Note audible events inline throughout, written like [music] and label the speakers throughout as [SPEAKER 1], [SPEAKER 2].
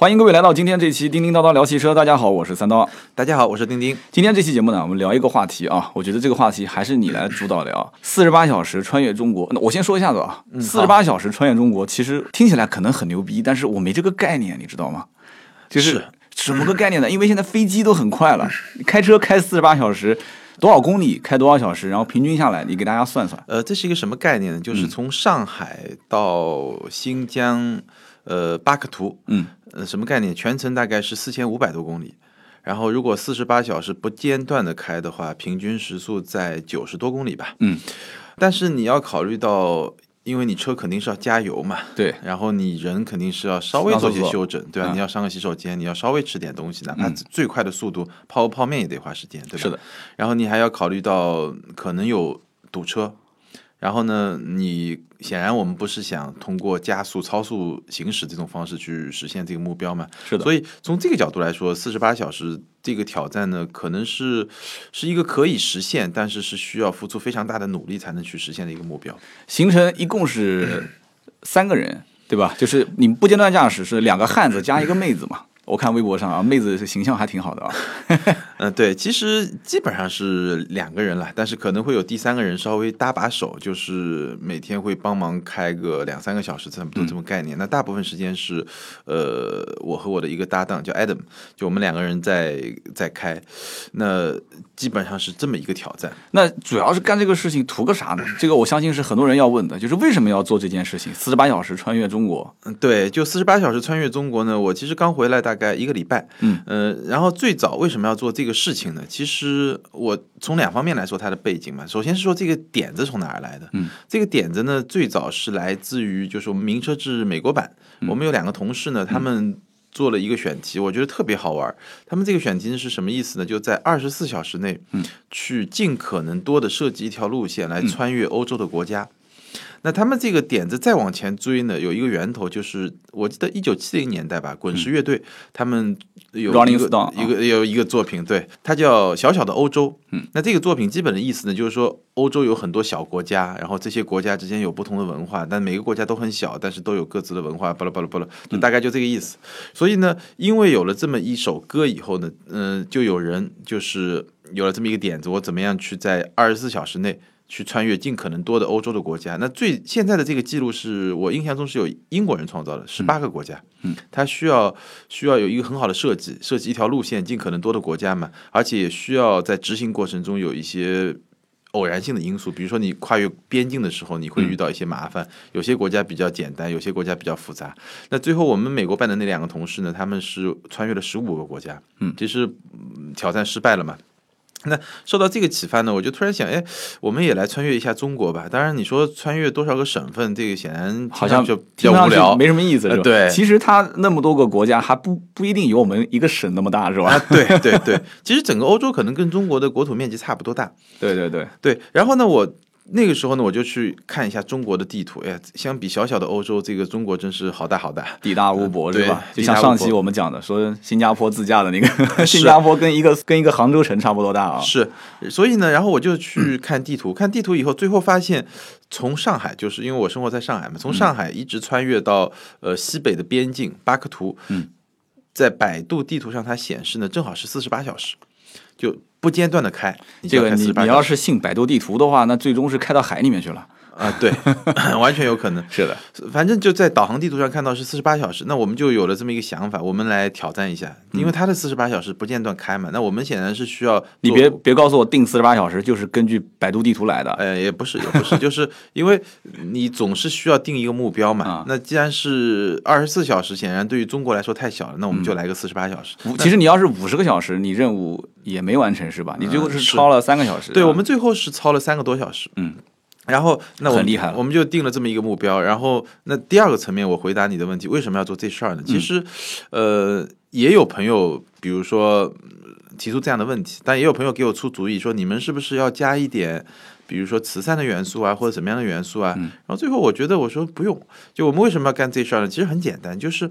[SPEAKER 1] 欢迎各位来到今天这期《叮叮叨叨聊汽车》。大家好，我是三刀。
[SPEAKER 2] 大家好，我是丁丁。
[SPEAKER 1] 今天这期节目呢，我们聊一个话题啊，我觉得这个话题还是你来主导聊。四十八小时穿越中国，那我先说一下子啊，四十八小时穿越中国，其实听起来可能很牛逼，但是我没这个概念，你知道吗？就是
[SPEAKER 2] 是
[SPEAKER 1] 什么个概念呢？因为现在飞机都很快了，你开车开四十八小时，多少公里开多少小时，然后平均下来，你给大家算算。
[SPEAKER 2] 呃，这是一个什么概念呢？就是从上海到新疆，呃，巴克图，
[SPEAKER 1] 嗯，
[SPEAKER 2] 呃，什么概念？全程大概是四千五百多公里。然后，如果四十八小时不间断的开的话，平均时速在九十多公里吧。
[SPEAKER 1] 嗯，
[SPEAKER 2] 但是你要考虑到，因为你车肯定是要加油嘛，
[SPEAKER 1] 对，
[SPEAKER 2] 然后你人肯定是要稍微
[SPEAKER 1] 上
[SPEAKER 2] 做
[SPEAKER 1] 厕
[SPEAKER 2] 些
[SPEAKER 1] 所
[SPEAKER 2] 休整，对
[SPEAKER 1] 嗯
[SPEAKER 2] 吧、你要上个洗手间，你要稍微吃点东西，哪怕最快的速度泡个泡面也得花时间，对吧？
[SPEAKER 1] 是的。
[SPEAKER 2] 然后你还要考虑到可能有堵车，然后呢，你显然我们不是想通过加速、超速行驶这种方式去实现这个目标嘛？
[SPEAKER 1] 是的
[SPEAKER 2] 所以从这个角度来说，四十八小时这个挑战呢，可能是是一个可以实现，但是是需要付出非常大的努力才能去实现的一个目标。
[SPEAKER 1] 行程一共是三个人，对吧？就是你们不间断驾驶是两个汉子加一个妹子嘛。我看微博上啊，妹子形象还挺好的啊。
[SPEAKER 2] 嗯，对，其实基本上是两个人了，但是可能会有第三个人稍微搭把手，就是每天会帮忙开个两三个小时，差不多这么概念。那大部分时间是，呃，我和我的一个搭档叫 Adam，就我们两个人在在开，那基本上是这么一个挑战。
[SPEAKER 1] 那主要是干这个事情图个啥呢？这个我相信是很多人要问的，就是为什么要做这件事情？四十八小时穿越中国，
[SPEAKER 2] 嗯，对，就四十八小时穿越中国呢，我其实刚回来大概一个礼拜，
[SPEAKER 1] 嗯
[SPEAKER 2] 呃，然后最早为什么要做这个事情呢？其实我从两方面来说它的背景嘛，首先是说这个点子从哪儿来的，
[SPEAKER 1] 嗯，
[SPEAKER 2] 这个点子呢最早是来自于就是我们名车志美国版，
[SPEAKER 1] 嗯
[SPEAKER 2] 我们有两个同事呢，他们。做了一个选题，我觉得特别好玩儿。他们这个选题是什么意思呢？就在二十四小时内，
[SPEAKER 1] 嗯，
[SPEAKER 2] 去尽可能多的设计一条路线来穿越欧洲的国家。那他们这个点子再往前追呢，有一个源头，就是我记得一九七零年代吧，滚石乐队、他们有
[SPEAKER 1] 嗯 Rolling
[SPEAKER 2] 一个
[SPEAKER 1] Stone，嗯
[SPEAKER 2] 一个有一个作品，对，它叫《小小的欧洲》。嗯，那这个作品基本的意思呢，就是说欧洲有很多小国家，然后这些国家之间有不同的文化，但每个国家都很小，但是都有各自的文化，巴拉巴拉巴拉，
[SPEAKER 1] 嗯
[SPEAKER 2] 就大概就这个意思。所以呢，因为有了这么一首歌以后呢，嗯、就有人就是有了这么一个点子，我怎么样去在二十四小时内。去穿越尽可能多的欧洲的国家。那最现在的这个记录是我印象中是有英国人创造的，十八个国家。嗯，它需要需要有一个很好的设计，设计一条路线，尽可能多的国家嘛，而且也需要在执行过程中有一些。偶然性的因素，比如说你跨越边境的时候，你
[SPEAKER 1] 嗯
[SPEAKER 2] 会遇到一些麻烦，有些国家比较简单，有些国家比较复杂。那最后我们美国办的那两个同事呢，他们是穿越了十五个国家，嗯，其实嗯挑战失败了嘛。那受到这个启发呢，我就突然想，哎，我们也来穿越一下中国吧。当然，你说穿越多少个省份，这个显然听
[SPEAKER 1] 好
[SPEAKER 2] 上
[SPEAKER 1] 像
[SPEAKER 2] 去就比
[SPEAKER 1] 听
[SPEAKER 2] 较
[SPEAKER 1] 上
[SPEAKER 2] 无
[SPEAKER 1] 去
[SPEAKER 2] 聊，
[SPEAKER 1] 没什么意思，是吧？
[SPEAKER 2] 呃对
[SPEAKER 1] 其实它那么多个国家，还不不一定有我们一个省那么大，是吧？
[SPEAKER 2] 啊，对对对，其实整个欧洲可能跟中国的国土面积差不多大。
[SPEAKER 1] 对对对，
[SPEAKER 2] 对，然后呢，我那个时候呢，我就去看一下中国的地图。哎呀，相比小小的欧洲，这个中国真是好大好大。
[SPEAKER 1] 地大物博是吧？就
[SPEAKER 2] 对
[SPEAKER 1] 像
[SPEAKER 2] 地大物
[SPEAKER 1] 上
[SPEAKER 2] 博
[SPEAKER 1] 期我们讲的，说新加坡自驾
[SPEAKER 2] [laughs]
[SPEAKER 1] 的那个，新加坡跟一个跟一个杭州城差不多大啊。
[SPEAKER 2] 是，所以呢，然后我就去看地图，看地图以后，最后发现，从上海，就是因为我生活在上海嘛，从
[SPEAKER 1] 嗯
[SPEAKER 2] 上海一直穿越到呃西北的边境巴克图，
[SPEAKER 1] 嗯，
[SPEAKER 2] 在百度地图上它显示呢，正好是四十八小时，就不间断的开。你
[SPEAKER 1] 这
[SPEAKER 2] 就
[SPEAKER 1] 个
[SPEAKER 2] 开
[SPEAKER 1] 你
[SPEAKER 2] 48
[SPEAKER 1] 你
[SPEAKER 2] 小
[SPEAKER 1] 要
[SPEAKER 2] 时
[SPEAKER 1] 是信百度地图的话，那最终是开到海里面去了。[laughs]
[SPEAKER 2] 啊，对，完全有可能。
[SPEAKER 1] 是的，
[SPEAKER 2] 反正就在导航地图上看到是四十八小时，那我们就有了这么一个想法，我们来挑战一下，因为它的四十八小时不间断开嘛，那我们显然是需要
[SPEAKER 1] 嗯你
[SPEAKER 2] 做
[SPEAKER 1] 别别告诉我定四十八小时就是根据百度地图来的，
[SPEAKER 2] 呃，也不是，也不是，就是因为你总是需要定一个目标
[SPEAKER 1] 啊
[SPEAKER 2] 嘛。那既然是二十四小时，显然对于中国来说太小了，那我
[SPEAKER 1] 嗯
[SPEAKER 2] 们就来个四十八小时。
[SPEAKER 1] 五其实你要是五十个小时，你任务也没完成是吧？你最后是
[SPEAKER 2] 嗯是
[SPEAKER 1] 超了三个小时。啊
[SPEAKER 2] 对，我们最后是超了三个多小时。
[SPEAKER 1] 嗯。
[SPEAKER 2] 然后，那我们
[SPEAKER 1] 很厉害了
[SPEAKER 2] 我们就定了这么一个目标。然后，那第二个层面，我回答你的问题，为什么要做这事儿呢？其实，呃，也有朋友，比如说嗯提出这样的问题，但也有朋友给我出主意说，你们是不是要加一点，比如说慈善的元素啊，或者什么样的元素啊？然后最后我觉得我说不用，就我们为什么要干这事儿呢？其实很简单，就是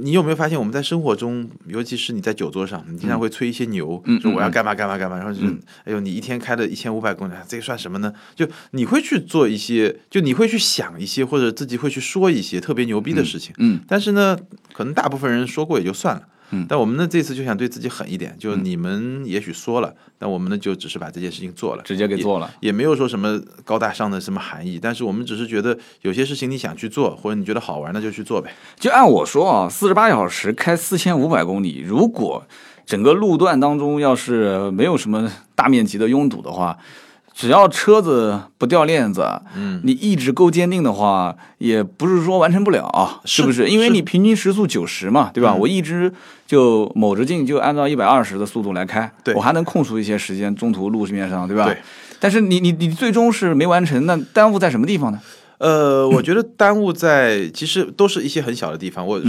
[SPEAKER 2] 你有没有发现我们在生活中，尤其是你在酒桌上，你经常会吹一些牛，
[SPEAKER 1] 嗯
[SPEAKER 2] 说我要
[SPEAKER 1] 嗯嗯
[SPEAKER 2] 干嘛干嘛干嘛，然后就是、哎呦你一天开了一千五百公里，这个算什么呢？就你会去做一些，就你会去想一些，或者自己会去说一些特别牛逼的事情。
[SPEAKER 1] 嗯，
[SPEAKER 2] 但是呢，可能大部分人说过也就算了。
[SPEAKER 1] 嗯
[SPEAKER 2] 但我们呢这次就想对自己狠一点，就是你们也许说了，但我们呢就只是把这件事情做了，
[SPEAKER 1] 直接给做了。
[SPEAKER 2] 也没有说什么高大上的什么含义，但是我们只是觉得有些事情你想去做，或者你觉得好玩，那就去做呗。
[SPEAKER 1] 就按我说啊，四十八小时开四千五百公里，如果整个路段当中要是没有什么大面积的拥堵的话，只要车子不掉链子，嗯，你意志够坚定的话，也不是说完成不了啊，
[SPEAKER 2] 是
[SPEAKER 1] 是不是？因为
[SPEAKER 2] 是嗯
[SPEAKER 1] 你平均时速九十嘛，对吧？我一直就某直径就按照一百二十的速度来开，
[SPEAKER 2] 对
[SPEAKER 1] 我还能空出一些时间，中途路面上，对吧？
[SPEAKER 2] 对
[SPEAKER 1] 但是你你你最终是没完成，那耽误在什么地方呢？
[SPEAKER 2] 呃， [coughs] 我觉得耽误在其实都是一些很小的地方。我、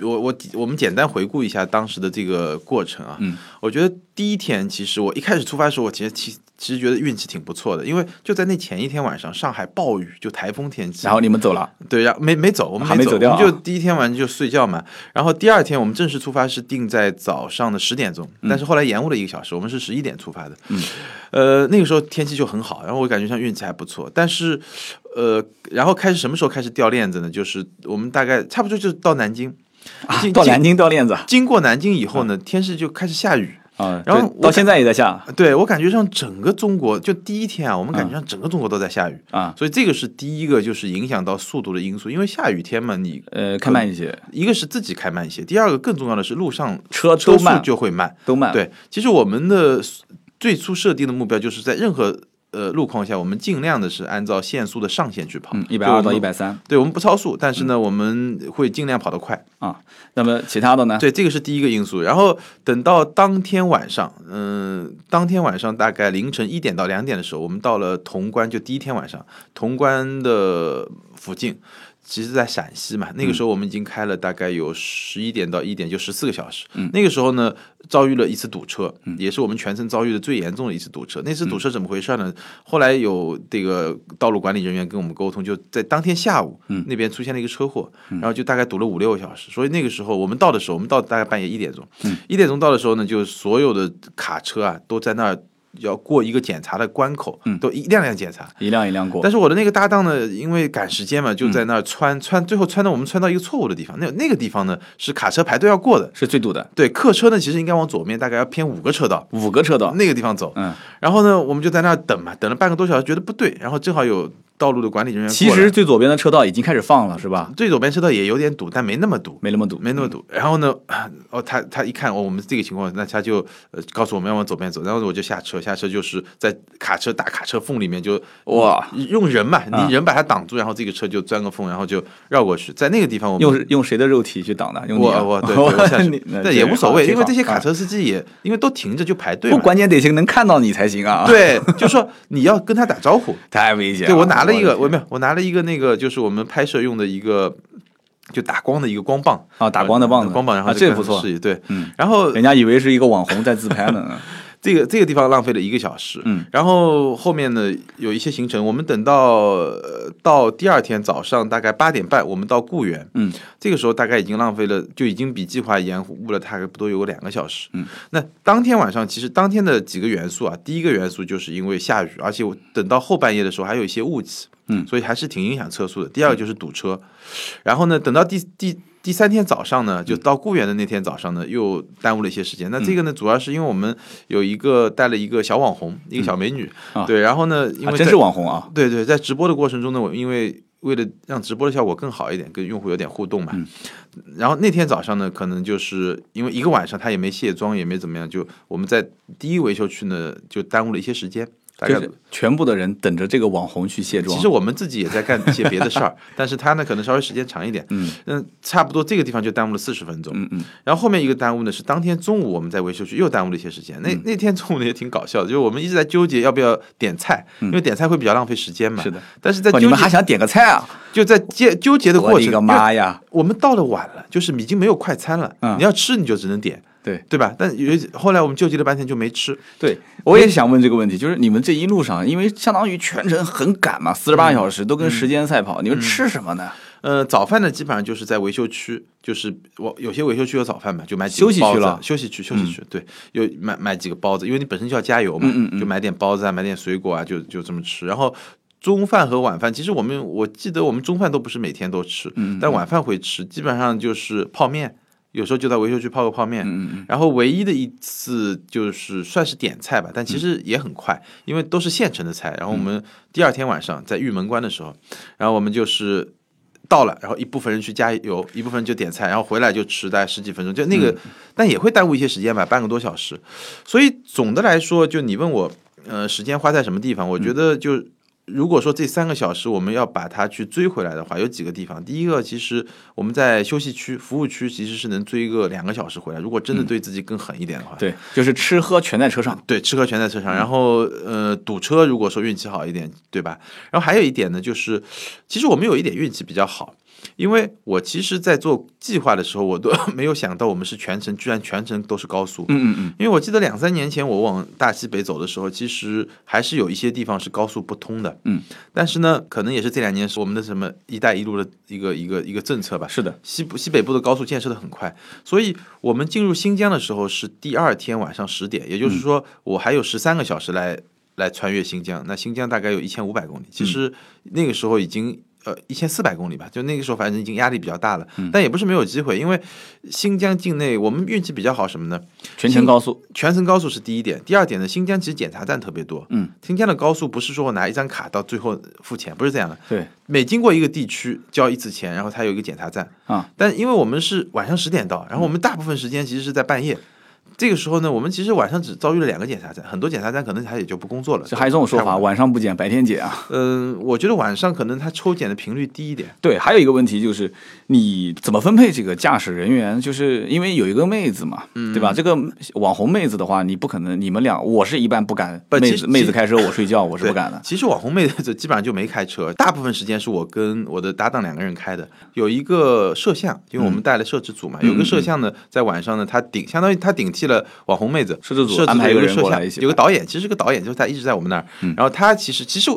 [SPEAKER 2] 我我我们简单回顾一下当时的这个过程啊。
[SPEAKER 1] 嗯
[SPEAKER 2] 我觉得第一天其实我一开始出发的时候，我其实其其实觉得运气挺不错的，因为就在那前一天晚上，上海暴雨，就台风天气。
[SPEAKER 1] 然后你们走了，
[SPEAKER 2] 对，然后没没走，我们
[SPEAKER 1] 还没走掉啊
[SPEAKER 2] 我们就第一天晚上就睡觉嘛。然后第二天我们正式出发是定在早上的十点钟，
[SPEAKER 1] 嗯
[SPEAKER 2] 但是后来延误了一个小时，我们是十一点出发的。嗯，呃，那个时候天气就很好，然后我感觉像运气还不错，但是。呃，然后开始什么时候开始掉链子呢？就是我们大概差不多就是到南京，
[SPEAKER 1] 啊
[SPEAKER 2] 进
[SPEAKER 1] 到
[SPEAKER 2] 进
[SPEAKER 1] 南京嗯掉链子啊，
[SPEAKER 2] 经过南京以后呢，天是就开始下雨。然后
[SPEAKER 1] 对
[SPEAKER 2] 我
[SPEAKER 1] 到
[SPEAKER 2] 感
[SPEAKER 1] 现在也在下
[SPEAKER 2] 对我感觉上整个中国，就第一天啊，我们
[SPEAKER 1] 嗯
[SPEAKER 2] 感觉上整个中国都在下雨，
[SPEAKER 1] 啊，
[SPEAKER 2] 所以这个是第一个就是影响到速度的因素，因为下雨天嘛，你
[SPEAKER 1] 呃，开慢一些，
[SPEAKER 2] 一个是自己开慢一些，第二个更重要的是路上
[SPEAKER 1] 车
[SPEAKER 2] 车
[SPEAKER 1] 都
[SPEAKER 2] 速
[SPEAKER 1] 慢，嗯
[SPEAKER 2] 就会慢。
[SPEAKER 1] 都慢，，
[SPEAKER 2] 对，其实我们的最初设定的目标就是在任何呃路况下，我们尽量的是按照限速的上限去跑
[SPEAKER 1] 嗯，，一百
[SPEAKER 2] 就我
[SPEAKER 1] 二
[SPEAKER 2] 们
[SPEAKER 1] 到一。百嗯三
[SPEAKER 2] 对我们不超速，但是呢，我们会尽量跑得快。
[SPEAKER 1] 啊。那么其他的呢？
[SPEAKER 2] 对，这个是第一个因素。然后等到当天晚上，嗯、当天晚上大概凌晨一点到两点的时候，我们到了潼关，就第一天晚上，潼关的附近，其实在陕西嘛。那个时候我们已经开了大概有十一点到一点，就十四个小时。那个时候呢，遭遇了一次堵车，也是我们全程遭遇的最严重的一次堵车。那次堵车怎么回事呢？后来有这个道路管理人员跟我们沟通，就在当天下午，那边出现了一个车祸，然后就大概堵了五六个小时。所以那个时候我们到的时候，我们到大概半夜一点钟，一点钟到的时候呢，就所有的卡车啊都在那儿要过一个检查的关口，都一辆辆检查。
[SPEAKER 1] 一辆一辆过，
[SPEAKER 2] 但是我的那个搭档呢，因为赶时间嘛，就
[SPEAKER 1] 嗯
[SPEAKER 2] 在那儿穿、穿，最后穿到我们穿到一个错误的地方。那那个地方呢是卡车排队要过的，
[SPEAKER 1] 是最堵的，
[SPEAKER 2] 对，客车呢其实应该往左面大概要偏五个车道，
[SPEAKER 1] 五个车道，
[SPEAKER 2] 那个地方走。
[SPEAKER 1] 嗯，
[SPEAKER 2] 然后呢，我们就在那儿等嘛，等了半个多小时，觉得不对，然后正好有道路的管理人员过来。
[SPEAKER 1] 其实最左边的车道已经开始放了，是吧？
[SPEAKER 2] 最左边车道也有点堵，但没那么堵。
[SPEAKER 1] 没那么堵，
[SPEAKER 2] 没那么
[SPEAKER 1] 嗯
[SPEAKER 2] 堵，然后呢，啊哦，他他一看哦，我们这个情况，那他就呃告诉我们要往左边走，然后我就下车，下车就是在卡车大卡车缝里面就
[SPEAKER 1] 哇，
[SPEAKER 2] 用人嘛，
[SPEAKER 1] 啊
[SPEAKER 2] 你人把它挡住，然后这个车就钻个缝，然后就绕过去，在那个地方我们
[SPEAKER 1] 用用谁的肉体去挡的？用你啊
[SPEAKER 2] 我我
[SPEAKER 1] [laughs]
[SPEAKER 2] 对，对我下
[SPEAKER 1] 你
[SPEAKER 2] 去，
[SPEAKER 1] 那
[SPEAKER 2] 但也无所谓，因为这些
[SPEAKER 1] 挺好
[SPEAKER 2] 卡，
[SPEAKER 1] 啊
[SPEAKER 2] 车司机也因为都停着就排
[SPEAKER 1] 挺
[SPEAKER 2] 队
[SPEAKER 1] 好啊不
[SPEAKER 2] 嘛，
[SPEAKER 1] 关键得行，能看到你才行啊，，
[SPEAKER 2] [laughs] 对，就说你要跟他打
[SPEAKER 1] [laughs]
[SPEAKER 2] 招呼，
[SPEAKER 1] 太危险了。
[SPEAKER 2] 对我拿了一个，我
[SPEAKER 1] 我
[SPEAKER 2] 没有，我拿了一个那个，就是我们拍摄用的一个，就打光的一个光棒
[SPEAKER 1] 啊打光的棒子
[SPEAKER 2] 光棒，然后
[SPEAKER 1] 啊
[SPEAKER 2] 就
[SPEAKER 1] 这
[SPEAKER 2] 跟
[SPEAKER 1] 不错
[SPEAKER 2] 试一对，
[SPEAKER 1] 嗯，
[SPEAKER 2] 然后
[SPEAKER 1] 人家以为是一个网红在自拍呢，
[SPEAKER 2] 这个这个地方浪费了一个小时，
[SPEAKER 1] 嗯，
[SPEAKER 2] 然后后面呢有一些行程，我们等到呃到第二天早上大概八点半，我们到固原，
[SPEAKER 1] 嗯，
[SPEAKER 2] 这个时候大概已经浪费了，就已经比计划延误了大概不多有个两个小时，
[SPEAKER 1] 嗯，
[SPEAKER 2] 那当天晚上其实当天的几个元素啊，第一个元素就是因为下雨，而且我等到后半夜的时候还有一些雾气，
[SPEAKER 1] 嗯
[SPEAKER 2] 所以还是挺影响车速的。第二个就是堵车，然后呢，等到第第第三天早上呢，就到固原的那天早上呢，又耽误了一些时
[SPEAKER 1] 嗯
[SPEAKER 2] 间。那这个呢，主要是因为我们有一个带了一个小网红，一个小美女，
[SPEAKER 1] 啊
[SPEAKER 2] 对，然后呢， [laughs] 因
[SPEAKER 1] 啊
[SPEAKER 2] 为
[SPEAKER 1] 真
[SPEAKER 2] 在
[SPEAKER 1] 是网红啊，
[SPEAKER 2] 对对，在直播的过程中呢，我因为为了让直播的效果更好一点，跟用户有点互动嘛。
[SPEAKER 1] 嗯
[SPEAKER 2] 然后那天早上呢，可能就是因为一个晚上她也没卸妆，也没怎么样，就我们在第一维修区呢，就耽误了一些时间。大概
[SPEAKER 1] 就是全部的人等着这个网红去卸妆
[SPEAKER 2] 其实。我们自己也在干一些别的
[SPEAKER 1] [laughs]
[SPEAKER 2] 事儿，但是他呢可能稍微时间长一点，
[SPEAKER 1] 嗯
[SPEAKER 2] 嗯，差不多这个地方就耽误了四十分钟。
[SPEAKER 1] 嗯嗯，
[SPEAKER 2] 然后后面一个耽误呢是当天中午我们在维修区又耽误了一些时间。那
[SPEAKER 1] 嗯
[SPEAKER 2] 那天中午呢也挺搞笑的，就是我们一直在纠结要不要点菜，因为点菜会比较浪费时间嘛。
[SPEAKER 1] 嗯是的，
[SPEAKER 2] 但是在
[SPEAKER 1] 哇你
[SPEAKER 2] 纠结
[SPEAKER 1] 们还想点个菜啊？
[SPEAKER 2] 就在纠纠结的过
[SPEAKER 1] 我
[SPEAKER 2] 程，
[SPEAKER 1] 的个
[SPEAKER 2] 因为
[SPEAKER 1] 妈呀！
[SPEAKER 2] 我们到了晚了，就是已经没有快餐了，
[SPEAKER 1] 嗯
[SPEAKER 2] 你要吃你就只能点。
[SPEAKER 1] 对
[SPEAKER 2] 对吧？但有后来我们纠结了半天就没吃，
[SPEAKER 1] 对，我也想问这个问题，就是你们这一路上，因为相当于全程很赶嘛，四十八小时都跟时间赛跑，你们吃什么呢？
[SPEAKER 2] 呃，早饭呢，基本上就是在维修区，就是我有些维修区有早饭嘛，就买几
[SPEAKER 1] 休
[SPEAKER 2] 个
[SPEAKER 1] 息
[SPEAKER 2] 包
[SPEAKER 1] 区
[SPEAKER 2] 子
[SPEAKER 1] 了嗯
[SPEAKER 2] 休息区，休息区，对，有买买几个包子，因为你本身就要加油嘛，就买点包子啊，买点水果啊，就就这么吃。然后中饭和晚饭，其实我们我记得我们中饭都不是每天都吃，
[SPEAKER 1] 嗯
[SPEAKER 2] 但晚饭会吃，基本上就是泡面。有时候就在维修区泡个泡
[SPEAKER 1] 嗯
[SPEAKER 2] 面，然后唯一的一次就是算是点菜吧，但
[SPEAKER 1] 嗯
[SPEAKER 2] 其实也很快，因为都是现成的菜。然后我们第二天晚上在玉门关的时候，然后我们就是到了，然后一部分人去加油，一部分人就点菜，然后回来就吃，大概十几分钟，就那个，但也会耽误一些时间吧，半个多小时。所以总的来说，就你问我，呃，时间花在什么地方，我觉得就。如果说这三个小时我们要把它去追回来的话，有几个地方。第一个，其实我们在休息区、服务区其实是能追个两个小时回来。如果真的对自己更狠一点的话，
[SPEAKER 1] 对，就是吃喝全在车上。
[SPEAKER 2] 对，吃喝全在车
[SPEAKER 1] 嗯
[SPEAKER 2] 上。然后呃，堵车如果说运气好一点，对吧？然后还有一点呢，就是其实我们有一点运气比较好，因为我其实，在做计划的时候，我都 [laughs] 没有想到我们是全程，居然全程都是高速。
[SPEAKER 1] 嗯嗯嗯，
[SPEAKER 2] 因为我记得两三年前我往大西北走的时候，其实还是有一些地方是高速不通的。
[SPEAKER 1] 嗯，
[SPEAKER 2] 但是呢，可能也是这两年是我们的什么“一带一路”的一个一个一个政策吧，
[SPEAKER 1] 是的，
[SPEAKER 2] 西部西北部的高速建设的很快，所以我们进入新疆的时候是第二天晚上十点，也就是说我还有十三个小时来来穿越新疆。那新疆大概有一千五百公里，其实那个时候已经。呃，一千四百公里吧，就那个时候反正已经压力比较大了，但也不是没有机会，因为新疆境内我们运气比较好什么呢？
[SPEAKER 1] 全程高速。
[SPEAKER 2] 全程高速是第一点，第二点呢，新疆其实检查站特别多。
[SPEAKER 1] 嗯，
[SPEAKER 2] 新疆的高速不是说我拿一张卡到最后付钱，不是这样的。
[SPEAKER 1] 对，
[SPEAKER 2] 每经过一个地区交一次钱，然后它有一个检查站
[SPEAKER 1] 啊。
[SPEAKER 2] 但因为我们是晚上十点到，然后我们大部分时间其实是在半夜。这个时候呢，我们其实晚上只遭遇了两个检查站，很多检查站可能它也就不工作了。
[SPEAKER 1] 这还有这种说
[SPEAKER 2] 太晚
[SPEAKER 1] 法，
[SPEAKER 2] 了。
[SPEAKER 1] 晚上不减白天减啊。
[SPEAKER 2] 嗯、我觉得晚上可能它抽检的频率低一点。
[SPEAKER 1] 对，还有一个问题就是你怎么分配这个驾驶人员？就是因为有一个妹子嘛，嗯对吧？这个网红妹子的话，你不可能，你们俩我是一般不敢
[SPEAKER 2] 不
[SPEAKER 1] 妹
[SPEAKER 2] 其
[SPEAKER 1] 子
[SPEAKER 2] 实
[SPEAKER 1] 妹
[SPEAKER 2] 其
[SPEAKER 1] 子开车，我睡觉我是不
[SPEAKER 2] 对
[SPEAKER 1] 敢的。
[SPEAKER 2] 其实网红妹子基本上就没开车，大部分时间是我跟我的搭档两个人开的。有一个摄像，因为我
[SPEAKER 1] 嗯
[SPEAKER 2] 们带了摄制组嘛，有个摄像呢，在晚上呢，他顶相当于他顶替了网红妹子。
[SPEAKER 1] 摄制组
[SPEAKER 2] 摄
[SPEAKER 1] 安
[SPEAKER 2] 制组
[SPEAKER 1] 排一
[SPEAKER 2] 有
[SPEAKER 1] 个
[SPEAKER 2] 个
[SPEAKER 1] 人
[SPEAKER 2] 摄
[SPEAKER 1] 过来
[SPEAKER 2] 像
[SPEAKER 1] 一起嗯
[SPEAKER 2] 有个导演，其实这个导演就是他一直在我们那儿。然后他其实其实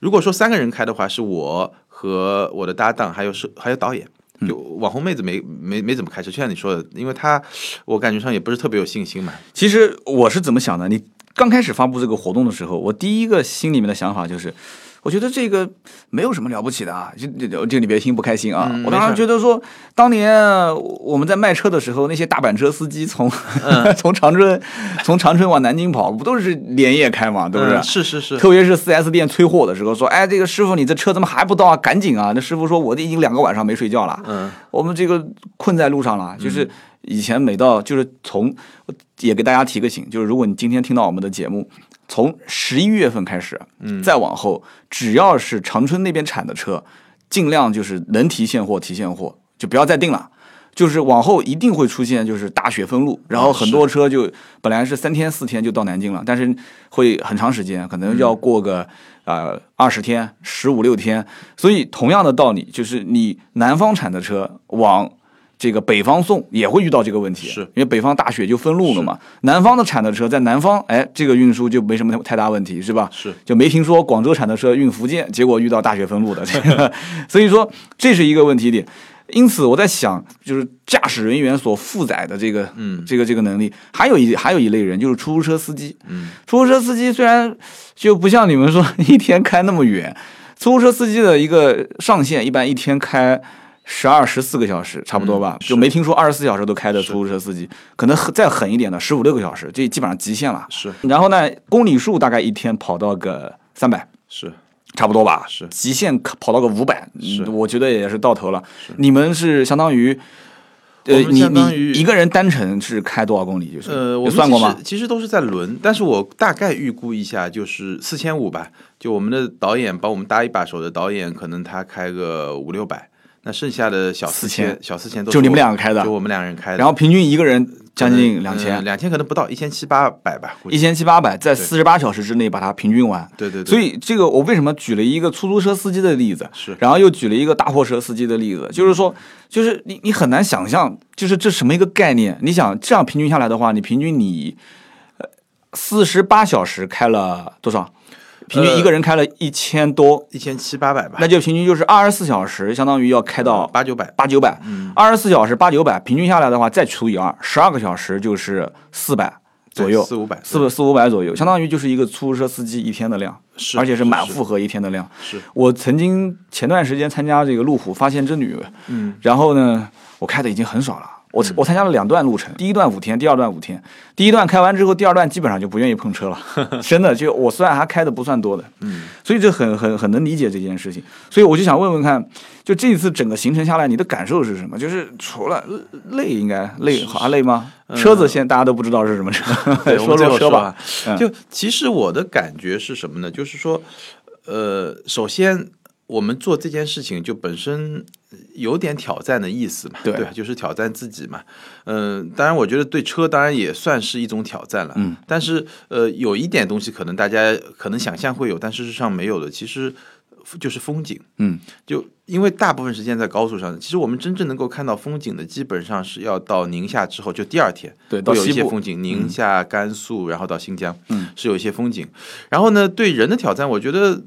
[SPEAKER 2] 如果说三个人开的话，是我和我的搭档还有摄还有导演。
[SPEAKER 1] 嗯
[SPEAKER 2] 就网红妹子没没没怎么开车，就像你说的，因为她我感觉上也不是特别有信心嘛。
[SPEAKER 1] 其实我是怎么想的？你刚开始发布这个活动的时候，我第一个心里面的想法就是，我觉得这个没有什么了不起的啊，就就就你别听不开心啊。
[SPEAKER 2] 嗯
[SPEAKER 1] 我当
[SPEAKER 2] 没
[SPEAKER 1] 时
[SPEAKER 2] 事
[SPEAKER 1] 觉得说，当年我们在卖车的时候，那些大板车司机从、[laughs]
[SPEAKER 2] 嗯
[SPEAKER 1] 从长春从长春往南京跑，不都是连夜开嘛，对不对？
[SPEAKER 2] 嗯是是是，
[SPEAKER 1] 特别是啊 4S 店催货的时候，说：“哎，这个师傅，你这车怎么还不到啊？赶紧啊！”那师傅说：“我已经两个晚上没睡觉了。”
[SPEAKER 2] 嗯，
[SPEAKER 1] 我们这个困在路上了，就是以前每到就是从也给大家提个醒，就是如果你今天听到我们的节目，从十一月份开始，嗯，再往后，只要是长春那边产的车，尽量就是能提现货提现货，就不要再定了。就是往后一定会出现就是大雪封路，然后很多车就本来是三天四天就到南京了，但是会很长时间，可能要过个、呃二十天、十五六天。所以同样的道理，就是你南方产的车往这个北方送也会遇到这个问题，
[SPEAKER 2] 是
[SPEAKER 1] 因为北方大雪就封路了嘛。南方的产的车在南方，哎，这个运输就没什么太大问题，是吧？
[SPEAKER 2] 是
[SPEAKER 1] 就没听说广州产的车运福建，结果遇到大雪封路的，这 [laughs] 个，所以说这是一个问题点。因此，我在想，就是驾驶人员所负载的这个，嗯，这个这个能力，还有一还有一类人就是出租车司机，嗯，出租车司机虽然就不像你们说一天开那么远，出租车司机的一个上限一般一天开十二十四个小时，差不多吧，就没听说二十四小时都开的出租车司机，可能狠再狠一点的十五六个小时，这基本上极限了。
[SPEAKER 2] 是
[SPEAKER 1] 然后呢，公里数大概一天跑到个三百，
[SPEAKER 2] 是，
[SPEAKER 1] 差不多吧，
[SPEAKER 2] 是
[SPEAKER 1] 极限可跑到个五百，
[SPEAKER 2] 是
[SPEAKER 1] 我觉得也是到头了。你们是相当于，呃，
[SPEAKER 2] 我们
[SPEAKER 1] 你
[SPEAKER 2] 相当于
[SPEAKER 1] 你一个人单程是开多少公里？就是
[SPEAKER 2] 呃，
[SPEAKER 1] 有
[SPEAKER 2] 我们
[SPEAKER 1] 算过吗
[SPEAKER 2] 其实？其实都是在轮，但是我大概预估一下，就是四千五吧。就我们的导演帮我们搭一把手的导演，可能他开个五六百，那剩下的小四
[SPEAKER 1] 4000
[SPEAKER 2] 小四千都是
[SPEAKER 1] 就你们
[SPEAKER 2] 我
[SPEAKER 1] 两个开的
[SPEAKER 2] 就我们两人开的。呃
[SPEAKER 1] 然后平均一个人将近两千、
[SPEAKER 2] 两千可能不到一千七八百吧，估
[SPEAKER 1] 一
[SPEAKER 2] 计。
[SPEAKER 1] 千七八百，在四十八小时之内把它平均完。
[SPEAKER 2] 对对对，
[SPEAKER 1] 所以这个我为什么举了一个出租车司机的例子，
[SPEAKER 2] 是嗯
[SPEAKER 1] 然后又举了一个大货车司机的例子，就是说，就是你你很难想象，就是这什么一个概念？你想这样平均下来的话，你平均你呃四十八小时开了多少？平均一个人开了一千多，
[SPEAKER 2] 一千七呃八百吧，
[SPEAKER 1] 那就平均就是二十四小时，相当于要开到
[SPEAKER 2] 八九百。
[SPEAKER 1] 八九百，
[SPEAKER 2] 嗯
[SPEAKER 1] 二十四小时八九百，平均下来的话再除以二，十二个小时就是四百左右，
[SPEAKER 2] 对四五百
[SPEAKER 1] 四四五百左右，相当于就是一个出租车司机一天的量，
[SPEAKER 2] 是
[SPEAKER 1] 而且是满
[SPEAKER 2] 是
[SPEAKER 1] 负荷一天的量。
[SPEAKER 2] 是
[SPEAKER 1] 我曾经前段时间参加这个路虎发现之旅，
[SPEAKER 2] 嗯，
[SPEAKER 1] 然后呢，我开的已经很少了。我我参加了两段路程，第一段五天，第二段五天。第一段开完之后，第二段基本上就不愿意碰车
[SPEAKER 2] [laughs]
[SPEAKER 1] 了，真的。就我虽然还开的不算多的，
[SPEAKER 2] 嗯，
[SPEAKER 1] 所以这很很很能理解这件事情。所以我就想问问看，就这一次整个行程下来，你的感受是什么？就是除了累，应该累还累吗？车子现在大家都不知道是什么车，
[SPEAKER 2] 嗯 [laughs] 对，
[SPEAKER 1] [laughs]
[SPEAKER 2] 我
[SPEAKER 1] 说
[SPEAKER 2] 们最后
[SPEAKER 1] 说车吧
[SPEAKER 2] 啊。。就其实我的感觉是什么呢？就是说，呃，首先我们做这件事情就本身有点挑战的意思嘛，
[SPEAKER 1] 对
[SPEAKER 2] 对吧，就是挑战自己嘛。嗯、当然，我觉得对车当然也算是一种挑战了。
[SPEAKER 1] 嗯，
[SPEAKER 2] 但是呃，有一点东西可能大家可能想象会有，但事实上没有的，其实就是风景。
[SPEAKER 1] 嗯，
[SPEAKER 2] 就因为大部分时间在高速上，其实我们真正能够看到风景的，基本上是要到宁夏之后，就第二天，
[SPEAKER 1] 对
[SPEAKER 2] 会
[SPEAKER 1] 到
[SPEAKER 2] 有一
[SPEAKER 1] 西
[SPEAKER 2] 些
[SPEAKER 1] 部
[SPEAKER 2] 风景，宁夏、甘肃，然后到新疆，
[SPEAKER 1] 嗯，
[SPEAKER 2] 是有一些风景。然后呢，对人的挑战，我觉得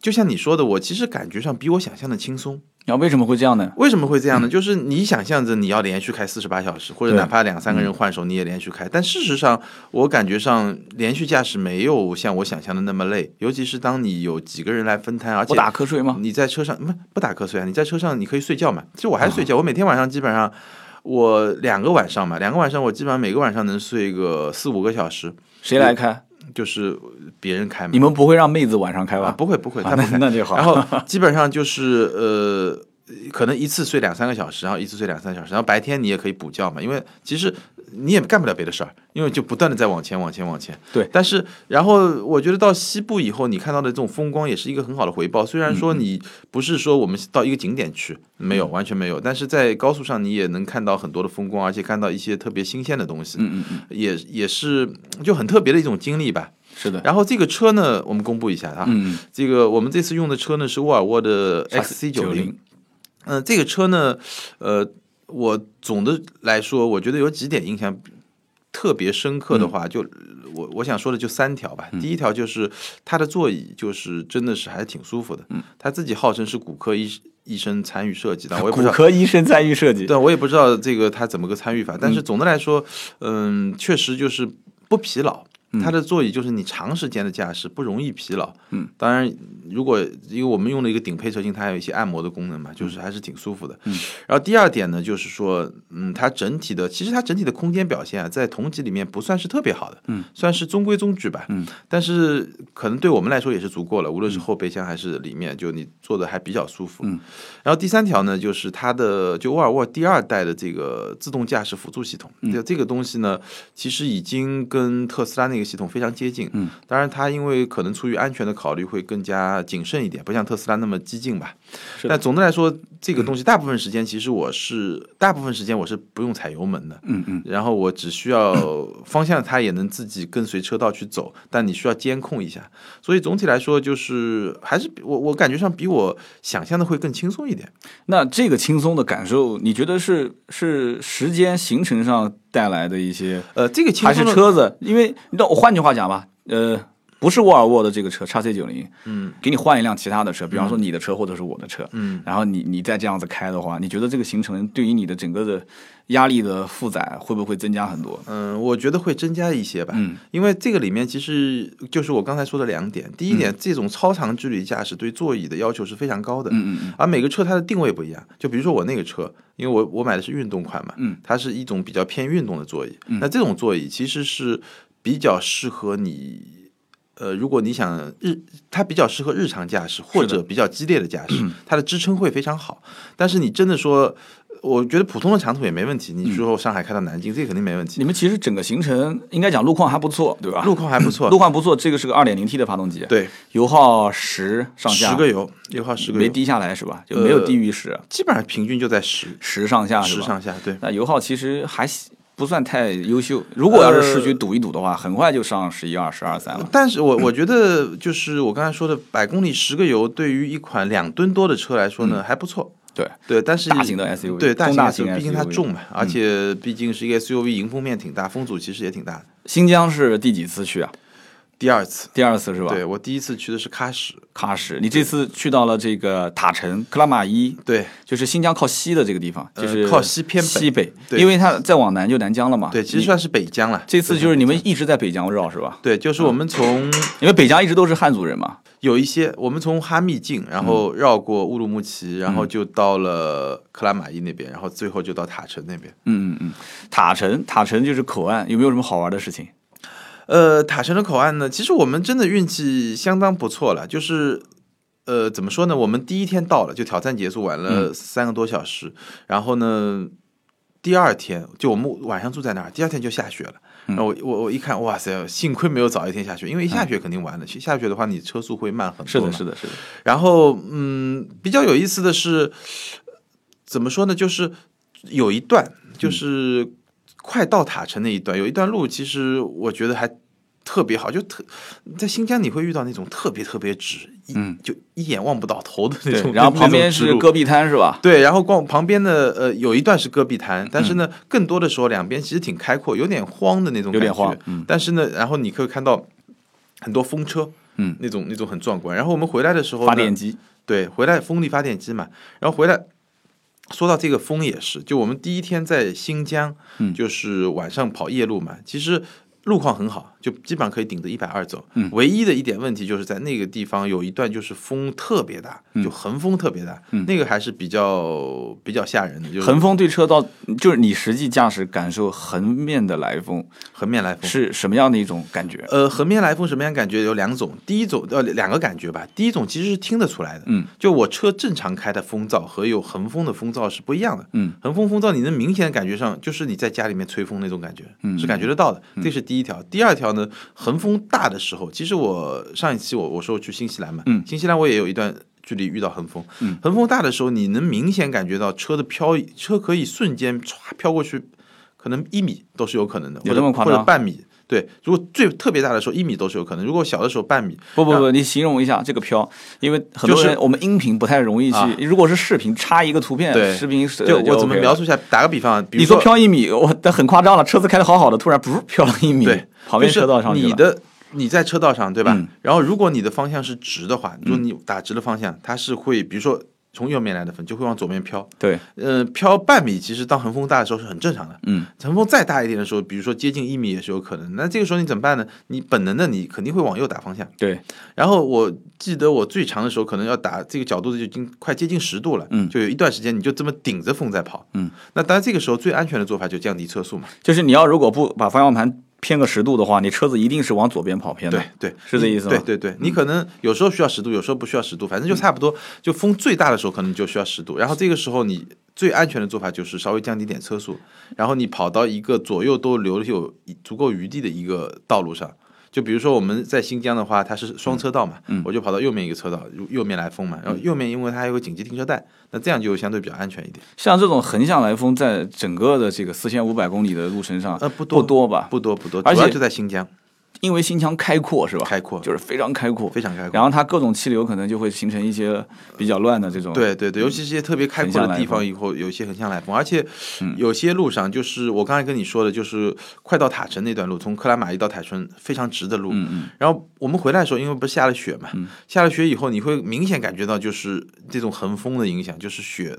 [SPEAKER 2] 就像你说的，我其实感觉上比我想象的轻松。
[SPEAKER 1] 然后为什么会这样呢？
[SPEAKER 2] 为什么会这样呢？就是你想象着你要连续开四十八小时，或者
[SPEAKER 1] 嗯对嗯
[SPEAKER 2] 哪怕两三个人换手，你也连续开。但事实上，我感觉上连续驾驶没有像我想象的那么累，尤其是当你有几个人来分摊，而
[SPEAKER 1] 不
[SPEAKER 2] 且
[SPEAKER 1] 打瞌睡吗？
[SPEAKER 2] 你在车上不不打瞌睡啊？你在车上你可以睡觉嘛？其实我还睡觉，我每天晚上基本上我两个晚上嘛，两个晚上我基本上每个晚上能睡个四五个小时，
[SPEAKER 1] 谁来开？
[SPEAKER 2] 就是别人开嘛
[SPEAKER 1] 你。们不会让妹子晚上开
[SPEAKER 2] 啊，
[SPEAKER 1] 吧？
[SPEAKER 2] 不会不会，
[SPEAKER 1] 啊
[SPEAKER 2] 他不
[SPEAKER 1] 那
[SPEAKER 2] 开。
[SPEAKER 1] 那就好
[SPEAKER 2] 然后基本上就是呃。可能一次睡两三个小时，然后一次睡两三个小时，然后白天你也可以补觉嘛，因为其实你也干不了别的事儿，因为就不断的在往前、往前、往前。
[SPEAKER 1] 对
[SPEAKER 2] 但是然后我觉得到西部以后，你看到的这种风光也是一个很好的回报。虽然
[SPEAKER 1] 嗯
[SPEAKER 2] 说你不是说我们到一个景点去，没有完全没有，但是在高速上你也能看到很多的风光，而且看到一些特别新鲜的东西，
[SPEAKER 1] 嗯嗯嗯，
[SPEAKER 2] 也也是就很特别的一种经历吧。
[SPEAKER 1] 是的。
[SPEAKER 2] 然后这个车呢，我们公布一下啊，
[SPEAKER 1] 嗯，
[SPEAKER 2] 这个我们这次用的车呢是沃尔沃的
[SPEAKER 1] 嗯
[SPEAKER 2] XC 九零。，嗯、这个车呢，呃，我总的来说，我觉得有几点印象特别深刻的话，就我我想说的就三条吧。第一条就是它的座椅，就是真的是还挺舒服的。嗯，啊他自己号称是骨科医医生参与设计的，我也不
[SPEAKER 1] 骨
[SPEAKER 2] 知道。
[SPEAKER 1] 科医生参与设计。
[SPEAKER 2] 对，我也不知道这个他怎么个参与法，但是总的来说，嗯，确实就是不疲劳。它的座椅就是你长时间的驾驶不容易疲劳。
[SPEAKER 1] 嗯，
[SPEAKER 2] 当然，如果因为我们用了一个顶配车型，它还有一些按摩的功能嘛，就是还是挺舒服的。嗯，然后第二点呢，就是说，嗯，它整体的其实它整体的空间表现啊，在同级里面不算是特别好的，嗯，算是中规中矩吧。嗯，但是可能对我们来说也是足够了，无论是后备箱还是里面，就你坐的还比较舒服。嗯，然后第三条呢，就是它的就沃尔沃第二代的这个自动驾驶辅助系统，
[SPEAKER 1] 嗯
[SPEAKER 2] 就这个东西呢，其实已经跟特斯拉那个系统非常接近。嗯，当然它因为可能出于安全的考虑，会更加谨慎一点，不像特斯拉那么激进吧。
[SPEAKER 1] 是的
[SPEAKER 2] 但总的来说，这个东西大部分时间其实我是大部分时间我是不用踩油门的。
[SPEAKER 1] 嗯嗯，
[SPEAKER 2] 然后我只需要方向，它也能自己跟随车道去走，但你需要监控一下。所以总体来说，就是还是比我我感觉上比我想象的会更轻松一点。
[SPEAKER 1] 那这个轻松的感受，你觉得是是时间行程上带来的一些，
[SPEAKER 2] 呃，这个轻
[SPEAKER 1] 还
[SPEAKER 2] 松
[SPEAKER 1] 是
[SPEAKER 2] 的，
[SPEAKER 1] 车子？因为你知道，我换句话讲吧，呃，不是沃尔沃的这个车叉 C 九零，
[SPEAKER 2] 嗯，
[SPEAKER 1] 给你换一辆其他的车，比方说你的车或者是我的车，
[SPEAKER 2] 嗯，
[SPEAKER 1] 然后你你再这样子开的话，你觉得这个行程对于你的整个的压力的负载会不会增加很多？
[SPEAKER 2] 嗯、我觉得会增加一些吧，
[SPEAKER 1] 嗯，
[SPEAKER 2] 因为这个里面其实就是我刚才说的两点。第一
[SPEAKER 1] 嗯
[SPEAKER 2] 点，这种超长距离驾驶对座椅的要求是非常高的，
[SPEAKER 1] 嗯嗯嗯，
[SPEAKER 2] 而每个车它的定位不一样。就比如说我那个车，因为我我买的是运动款嘛，
[SPEAKER 1] 嗯，
[SPEAKER 2] 它是一种比较偏运动的座椅。那这种座椅其实是比较适合你。呃，如果你想日，它比较适合日常驾驶或者比较激烈的驾
[SPEAKER 1] [clears throat]
[SPEAKER 2] 驶，它的支撑会非常好。但是你真的说，我觉得普通的长途也没问题。你说上海开到南京，这个肯定没问
[SPEAKER 1] 嗯
[SPEAKER 2] 题。
[SPEAKER 1] 你们其实整个行程应该讲路况还不错，对吧？
[SPEAKER 2] 路况还不错，
[SPEAKER 1] 路况不错，这个是个二点零 T 的发动机，
[SPEAKER 2] 对，
[SPEAKER 1] 油耗十上下，
[SPEAKER 2] 十个油，油耗十个
[SPEAKER 1] 没
[SPEAKER 2] 油，
[SPEAKER 1] 低下来是吧？就没有低于十、
[SPEAKER 2] 基本上平均就在十
[SPEAKER 1] 十上下是
[SPEAKER 2] 十
[SPEAKER 1] 吧？
[SPEAKER 2] 上下。对，
[SPEAKER 1] 那油耗其实还行不算太优秀。如果要是市区赌一赌的话，很快就上十一、二、十二、三了。
[SPEAKER 2] 啊但
[SPEAKER 1] [coughs]
[SPEAKER 2] 是我我觉得就是我刚才说的百公里十个油，对于一款两吨多的车来说呢，还不错。
[SPEAKER 1] 对
[SPEAKER 2] 对，但是
[SPEAKER 1] 嗯大型的 SUV，
[SPEAKER 2] 呃对大
[SPEAKER 1] 中
[SPEAKER 2] 型
[SPEAKER 1] 大
[SPEAKER 2] SUV，
[SPEAKER 1] 型 SUV
[SPEAKER 2] 毕竟它重嘛，而
[SPEAKER 1] 嗯
[SPEAKER 2] 且毕竟是一个 SUV，迎风面挺大，风阻其实也挺大的。
[SPEAKER 1] 新疆是第几次去啊？
[SPEAKER 2] 第二次，
[SPEAKER 1] 第二次是吧？
[SPEAKER 2] 对我第一次去的是喀什，
[SPEAKER 1] 喀什，你这次去到了这个塔城克拉玛依，
[SPEAKER 2] 对
[SPEAKER 1] 就是新疆靠西的这个地方，
[SPEAKER 2] 呃
[SPEAKER 1] 就是
[SPEAKER 2] 靠西偏北
[SPEAKER 1] 西北，
[SPEAKER 2] 对
[SPEAKER 1] 因为它再往南就南疆了嘛。
[SPEAKER 2] 对，其实
[SPEAKER 1] 你
[SPEAKER 2] 算是北疆了。
[SPEAKER 1] 这次就是嗯你们一直在北疆绕是吧？
[SPEAKER 2] 对，就是我们从
[SPEAKER 1] 因为北疆一直都是汉族人嘛。
[SPEAKER 2] 有一些，我们从哈密境，然
[SPEAKER 1] 嗯
[SPEAKER 2] 后绕过乌鲁木齐，然后就到了克拉玛依那边，然后最后就到塔城那边。
[SPEAKER 1] 嗯嗯嗯，塔城塔城就是口岸，有没有什么好玩的事情？
[SPEAKER 2] 呃，塔城的口岸呢，其实我们真的运气相当不错了，就是。呃，怎么说呢？我们第一天到了，就挑战结束晚
[SPEAKER 1] 嗯
[SPEAKER 2] 了三个多小时，然后呢，第二天就我们晚上住在那儿，第二天就下雪了。
[SPEAKER 1] 嗯
[SPEAKER 2] 然后我我我一看，哇塞，幸亏没有早一天下雪，因为一下雪肯定完了。下雪的话，你车速会慢很多。
[SPEAKER 1] 是的，是的，是的，
[SPEAKER 2] 然后，嗯，比较有意思的是，怎么说呢？就是有一段，
[SPEAKER 1] 嗯
[SPEAKER 2] 就是快到塔城那一段，有一段路，其实我觉得还特别好，就特在新疆你会遇到那种特别特别直，一
[SPEAKER 1] 嗯，
[SPEAKER 2] 就一眼望不到头的那
[SPEAKER 1] 对。
[SPEAKER 2] 种。
[SPEAKER 1] 然后旁边
[SPEAKER 2] 那
[SPEAKER 1] 是
[SPEAKER 2] 种直路
[SPEAKER 1] 戈壁滩是吧？
[SPEAKER 2] 对，然后光旁边的呃有一段是戈壁滩，但
[SPEAKER 1] 嗯
[SPEAKER 2] 是呢，更多的时候两边其实挺开阔，有点荒的那种感觉，
[SPEAKER 1] 有点荒嗯
[SPEAKER 2] 但是呢，然后你可以看到很多风车，
[SPEAKER 1] 嗯，
[SPEAKER 2] 那种那种很壮观。然后我们回来的时候呢，
[SPEAKER 1] 发电机，
[SPEAKER 2] 对，回来风力发电机嘛，然后回来。说到这个风也是，就我们第一天在新疆，
[SPEAKER 1] 嗯
[SPEAKER 2] 就是晚上跑夜路嘛，其实路况很好，就基本上可以顶着一百二走。
[SPEAKER 1] 嗯
[SPEAKER 2] 唯一的一点问题就是在那个地方有一段就是风特别大，
[SPEAKER 1] 嗯
[SPEAKER 2] 就横风特别大，那个还是比较比较吓人的，就是
[SPEAKER 1] 横风对车道，就是你实际驾驶感受横面的来风
[SPEAKER 2] 横面来风。
[SPEAKER 1] 是什么样的一种感觉？
[SPEAKER 2] 呃，横面来风什么样感觉？有两种，第一种呃两个感觉吧。第一种其实是听得出来的，
[SPEAKER 1] 嗯，
[SPEAKER 2] 就我车正常开的风噪和有横风的风噪是不一样的，
[SPEAKER 1] 嗯，
[SPEAKER 2] 横风风噪你能明显感觉上，就是你在家里面吹风那种感觉，嗯，是感觉得到的。这是第一条。第二条呢，横风大的时候，其实我上一期我我说我去新西兰嘛，
[SPEAKER 1] 嗯
[SPEAKER 2] 新西兰我也有一段。距离遇到横风，横风大的时候，你能明显感觉到车的飘，车可以瞬间唰飘过去，可能一米都是有可能的，
[SPEAKER 1] 有这
[SPEAKER 2] 或者
[SPEAKER 1] 么夸
[SPEAKER 2] 或
[SPEAKER 1] 张
[SPEAKER 2] 者半米。对，如果最特别大的时候一米都是有可能，如果小的时候半米，
[SPEAKER 1] 不不不，你形容一下这个飘，因为很多
[SPEAKER 2] 就
[SPEAKER 1] 人我们音频不太容易去，
[SPEAKER 2] 啊
[SPEAKER 1] 如果是视频插一个图片，
[SPEAKER 2] 对
[SPEAKER 1] 视频是
[SPEAKER 2] 就我怎
[SPEAKER 1] OK
[SPEAKER 2] 么
[SPEAKER 1] 了
[SPEAKER 2] 描述一下？打个比方啊，比
[SPEAKER 1] 你
[SPEAKER 2] 如
[SPEAKER 1] 说飘一米，我但很夸张了，车子开的好好的，突然噗飘了一米，
[SPEAKER 2] 对，
[SPEAKER 1] 旁边
[SPEAKER 2] 就是
[SPEAKER 1] 车道上去
[SPEAKER 2] 你
[SPEAKER 1] 了。
[SPEAKER 2] 的你在车道上对吧
[SPEAKER 1] 嗯？
[SPEAKER 2] 然后如果你的方向是直的话，如果你打直的方向，它是会比如说从右面来的风就会往左面飘，
[SPEAKER 1] 对，
[SPEAKER 2] 呃，飘半米其实当横风大的时候是很正常的。
[SPEAKER 1] 嗯，
[SPEAKER 2] 横风再大一点的时候，比如说接近一米也是有可能。那这个时候你怎么办呢？你本能的你肯定会往右打方向。
[SPEAKER 1] 对，
[SPEAKER 2] 然后我记得我最长的时候可能要打这个角度就已经快接近十度了，
[SPEAKER 1] 嗯
[SPEAKER 2] 就有一段时间你就这么顶着风在跑，
[SPEAKER 1] 嗯，
[SPEAKER 2] 那当然这个时候最安全的做法就降低车速嘛，
[SPEAKER 1] 就是你要如果不把方向盘偏个十度的话，你车子一定是往左边跑偏的。
[SPEAKER 2] 对对，
[SPEAKER 1] 是这意思吗嗯
[SPEAKER 2] 对对对，你可能有时候需要十度，有时候不需要十度，反正就差不多，就风最大的时候可能就需要十度，然后这个时候你。最安全的做法就是稍微降低点车速，然后你跑到一个左右都留有足够余地的一个道路上。就比如说我们在新疆的话，它是双车道嘛，
[SPEAKER 1] 嗯
[SPEAKER 2] 我就跑到右面一个车道，右右面来风嘛，然后右面因为它还有个紧急停车带，那这样就相对比较安全一点。
[SPEAKER 1] 像这种横向来风，在整个的这个四千五百公里的路程上，
[SPEAKER 2] 呃，不多
[SPEAKER 1] 不多吧？
[SPEAKER 2] 不多不多，
[SPEAKER 1] 而
[SPEAKER 2] 主要
[SPEAKER 1] 且
[SPEAKER 2] 就在新疆
[SPEAKER 1] 因为新疆开阔是吧？
[SPEAKER 2] 开阔，
[SPEAKER 1] 就是非常开阔，
[SPEAKER 2] 非常开阔。
[SPEAKER 1] 然后它各种气流可能就会形成一些比较乱的这种。，
[SPEAKER 2] 对对对，尤其是一些特别开阔的地方，以后有一些横向来风，而且
[SPEAKER 1] 嗯
[SPEAKER 2] 有些路上就是我刚才跟你说的，就是快到塔城那段路，从克拉玛依到塔城非常直的路。
[SPEAKER 1] 嗯
[SPEAKER 2] 然后我们回来的时候，因为不是下了雪嘛，下了雪以后，你会明显感觉到就是这种横风的影响，就是雪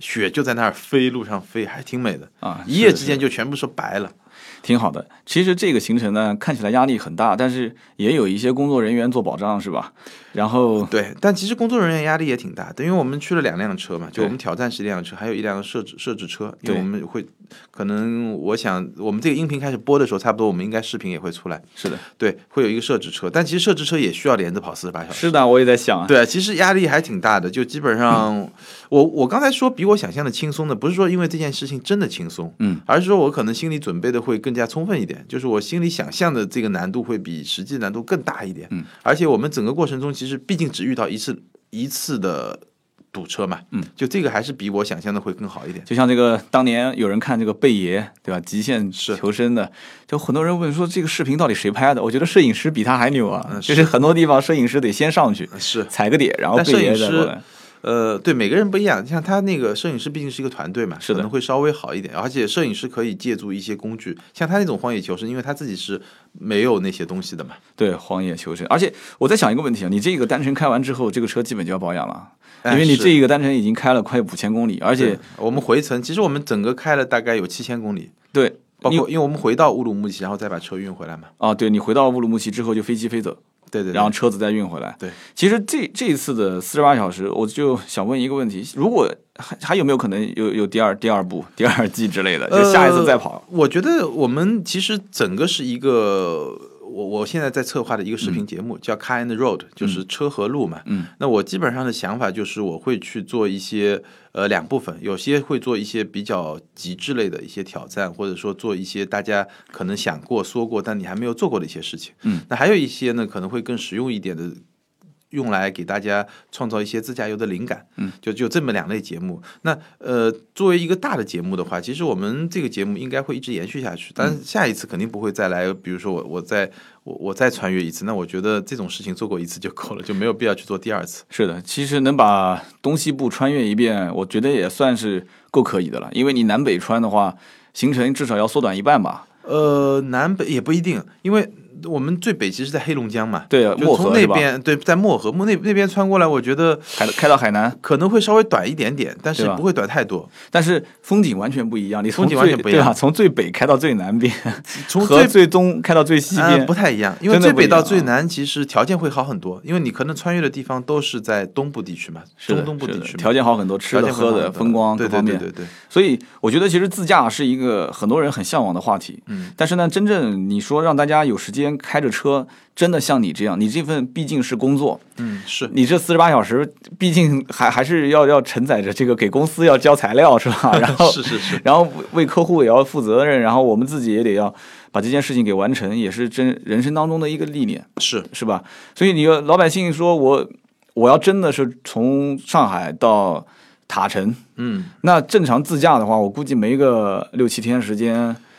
[SPEAKER 2] 雪就在那儿飞，路上飞，还挺美的，
[SPEAKER 1] 啊，
[SPEAKER 2] 一夜
[SPEAKER 1] 是的
[SPEAKER 2] 之间就全部是白了。
[SPEAKER 1] 挺好的。其实这个行程呢，看起来压力很大，但是也有一些工作人员做保障，是吧？然后
[SPEAKER 2] 对，但其实工作人员压力也挺大的，因为我们去了两辆车嘛，就
[SPEAKER 1] 对
[SPEAKER 2] 我们挑战是一辆车，还有一辆设置设置车，因
[SPEAKER 1] 对
[SPEAKER 2] 为我们会可能我想我们这个音频开始播的时候，差不多我们应该视频也会出来，
[SPEAKER 1] 是的，
[SPEAKER 2] 对，会有一个设置车，但其实设置车也需要连着跑四十八小时。
[SPEAKER 1] 是的，我也在想啊，嗯
[SPEAKER 2] 对，其实压力还挺大的，就基本上，我我刚才说比我想象的轻松的，不是说因为这件事情真的轻松，
[SPEAKER 1] 嗯，
[SPEAKER 2] 而是说我可能心理准备的会更加充分一点，就是我心里想象的这个难度会比实际难度更大一点，
[SPEAKER 1] 嗯，
[SPEAKER 2] 而且我们整个过程中其实毕竟只遇到一次一次的堵车嘛，嗯，就这个还是比我想象的会更好一点。
[SPEAKER 1] 就像这个当年有人看这个贝爷，对吧？极限求生的，就很多人问说这个视频到底谁拍的？我觉得摄影师比他还牛啊，
[SPEAKER 2] 嗯是
[SPEAKER 1] 就是很多地方摄影师得先上去
[SPEAKER 2] 是，
[SPEAKER 1] 踩个点，然后
[SPEAKER 2] 但
[SPEAKER 1] 贝
[SPEAKER 2] 摄
[SPEAKER 1] 爷
[SPEAKER 2] 影
[SPEAKER 1] 再过来
[SPEAKER 2] 师。，呃，对每个人不一样，像他那个摄影师毕竟是一个团队嘛，
[SPEAKER 1] 是的
[SPEAKER 2] 可能会稍微好一点，而且摄影师可以借助一些工具，像他那种荒野求生，因为他自己是没有那些东西的嘛，
[SPEAKER 1] 对，荒野求生。而且我在想一个问题啊，你这个单程开完之后，这个车基本就要保养了，
[SPEAKER 2] 哎
[SPEAKER 1] 因为你
[SPEAKER 2] 是
[SPEAKER 1] 这一个单程已经开了快五千公里，而且
[SPEAKER 2] 对我们回程，其实我们整个开了大概有七千公里，
[SPEAKER 1] 对，
[SPEAKER 2] 包
[SPEAKER 1] 你
[SPEAKER 2] 括因为我们回到乌鲁木齐，然后再把车运回来嘛，
[SPEAKER 1] 啊，对你回到乌鲁木齐之后就飞机飞走，
[SPEAKER 2] 对对对，
[SPEAKER 1] 然后车子再运回来。
[SPEAKER 2] 嗯对，
[SPEAKER 1] 其实这这一次的四十八小时，我就想问一个问题：如果还还有没有可能有有第二第二部、第二季之类的，就下一
[SPEAKER 2] 呃
[SPEAKER 1] 次再跑？
[SPEAKER 2] 我觉得我们其实整个是一个，我我现在在策划的一个视频节目、叫《Car and Road》，就是车和路嘛。
[SPEAKER 1] 嗯，
[SPEAKER 2] 那我基本上的想法就是我会去做一些呃两部分，有些会做一些比较极致类的一些挑战，或者说做一些大家可能想过、说过，但你还没有做过的一些事情。
[SPEAKER 1] 嗯，
[SPEAKER 2] 那还有一些呢，可能会更实用一点的。用来给大家创造一些自驾游的灵感，
[SPEAKER 1] 嗯，
[SPEAKER 2] 就就这么两类节目。那呃，作为一个大的节目的话，其实我们这个节目应该会一直延续下去，但是下一次肯定不会再来。比如说我我再我我再穿越一次，那我觉得这种事情做过一次就够了，就没有必要去做第二次。
[SPEAKER 1] 是的，其实能把东西部穿越一遍，我觉得也算是够可以的了。因为你南北穿的话，行程至少要缩短一半吧？
[SPEAKER 2] 呃，南北也不一定，因为我们最北其实在黑龙江嘛，
[SPEAKER 1] 对，
[SPEAKER 2] 就
[SPEAKER 1] 漠
[SPEAKER 2] 从
[SPEAKER 1] 河
[SPEAKER 2] 那
[SPEAKER 1] 是吧？
[SPEAKER 2] 边对，在漠河漠那那边穿过来，我觉得
[SPEAKER 1] 开开到海南，
[SPEAKER 2] 可能会稍微短一点点，但是
[SPEAKER 1] 对吧
[SPEAKER 2] 不会短太多。
[SPEAKER 1] 但是风景完全不一样。你从
[SPEAKER 2] 风景完
[SPEAKER 1] 最
[SPEAKER 2] 全不一样
[SPEAKER 1] 对吧？从最北开到最南边，
[SPEAKER 2] 从
[SPEAKER 1] 和
[SPEAKER 2] 最
[SPEAKER 1] 最东开到最西
[SPEAKER 2] 啊
[SPEAKER 1] 边，
[SPEAKER 2] 不太一样，因为
[SPEAKER 1] 真的
[SPEAKER 2] 最
[SPEAKER 1] 不一
[SPEAKER 2] 北到
[SPEAKER 1] 样
[SPEAKER 2] 最
[SPEAKER 1] 啊
[SPEAKER 2] 南其实条件会好很多，因为你可能穿越的地方都是在东部地区嘛，
[SPEAKER 1] 是
[SPEAKER 2] 中
[SPEAKER 1] 的
[SPEAKER 2] 东部
[SPEAKER 1] 是
[SPEAKER 2] 地
[SPEAKER 1] 的
[SPEAKER 2] 区嘛，
[SPEAKER 1] 条件好很多，吃
[SPEAKER 2] 条
[SPEAKER 1] 的
[SPEAKER 2] 件会
[SPEAKER 1] 喝
[SPEAKER 2] 好很
[SPEAKER 1] 的
[SPEAKER 2] 多
[SPEAKER 1] 风光各
[SPEAKER 2] 对对
[SPEAKER 1] 方面
[SPEAKER 2] 对。对对，
[SPEAKER 1] 所以我觉得其实自驾是一个很多人很向往的话题。
[SPEAKER 2] 嗯，
[SPEAKER 1] 但是呢，真正你说让大家有时间开着车，真的像你这样，你这份毕竟是工作，
[SPEAKER 2] 嗯
[SPEAKER 1] [laughs]
[SPEAKER 2] 是。
[SPEAKER 1] 你这四十八小时毕竟还还是要要承载着这个给公司要交材料是
[SPEAKER 2] [laughs]
[SPEAKER 1] 吧？然后
[SPEAKER 2] 是是是，
[SPEAKER 1] 然后为客户也要负责任，然后我们自己也得要把这件事情给完成，也是真人生当中的一个历练。
[SPEAKER 2] 是
[SPEAKER 1] 是吧？所以你要老百姓说我我要真的是从上海到塔城，
[SPEAKER 2] 嗯，
[SPEAKER 1] 那正常自驾的话，我估计没个六七天时间， [laughs]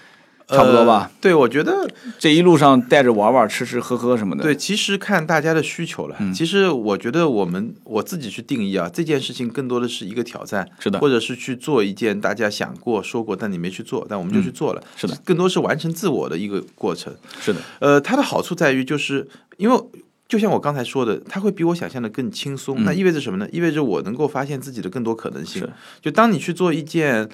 [SPEAKER 1] 差不多吧。
[SPEAKER 2] 呃对，我觉得
[SPEAKER 1] 这一路上带着玩玩、吃吃喝喝什么的，
[SPEAKER 2] 对，其实看大家的需求了。
[SPEAKER 1] 嗯
[SPEAKER 2] 其实我觉得我们我自己去定义啊，这件事情更多的是一个挑战，
[SPEAKER 1] 是的
[SPEAKER 2] 或者是去做一件大家想过、说过，但你没去做，但我们就去做了。
[SPEAKER 1] 嗯是的，
[SPEAKER 2] 更多是完成自我的一个过程。
[SPEAKER 1] 是的，
[SPEAKER 2] 呃，它的好处在于，就是因为就像我刚才说的，它会比我想象的更轻松。那意味着什么呢？意味着我能够发现自己的更多可能性
[SPEAKER 1] 是。
[SPEAKER 2] 就当你去做一件，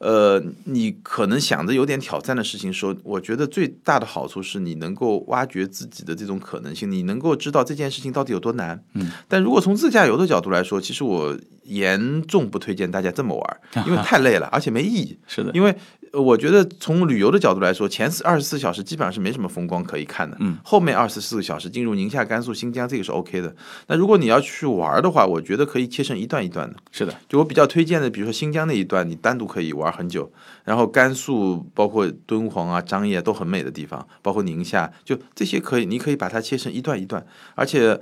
[SPEAKER 2] 呃，你可能想着有点挑战的事情的时候，我觉得最大的好处是你能够挖掘自己的这种可能性，你能够知道这件事情到底有多难。嗯，但如果从自驾游的角度来说，其实我严重不推荐大家这么玩儿，因为太累了，而且没意义。
[SPEAKER 1] 是的，
[SPEAKER 2] 因为呃我觉得从旅游的角度来说，前二十四小时基本上是没什么风光可以看的，
[SPEAKER 1] 嗯，
[SPEAKER 2] 后面二十四个小时进入宁夏、甘肃、新疆这个是 OK 的。那如果你要去玩儿的话，我觉得可以切成一段一段的。
[SPEAKER 1] 是的，
[SPEAKER 2] 就我比较推荐的，比如说新疆那一段，你单独可以玩很久，然后甘肃包括敦煌啊、张掖都很美的地方，包括宁夏，就这些可以，你可以把它切成一段一段，而且，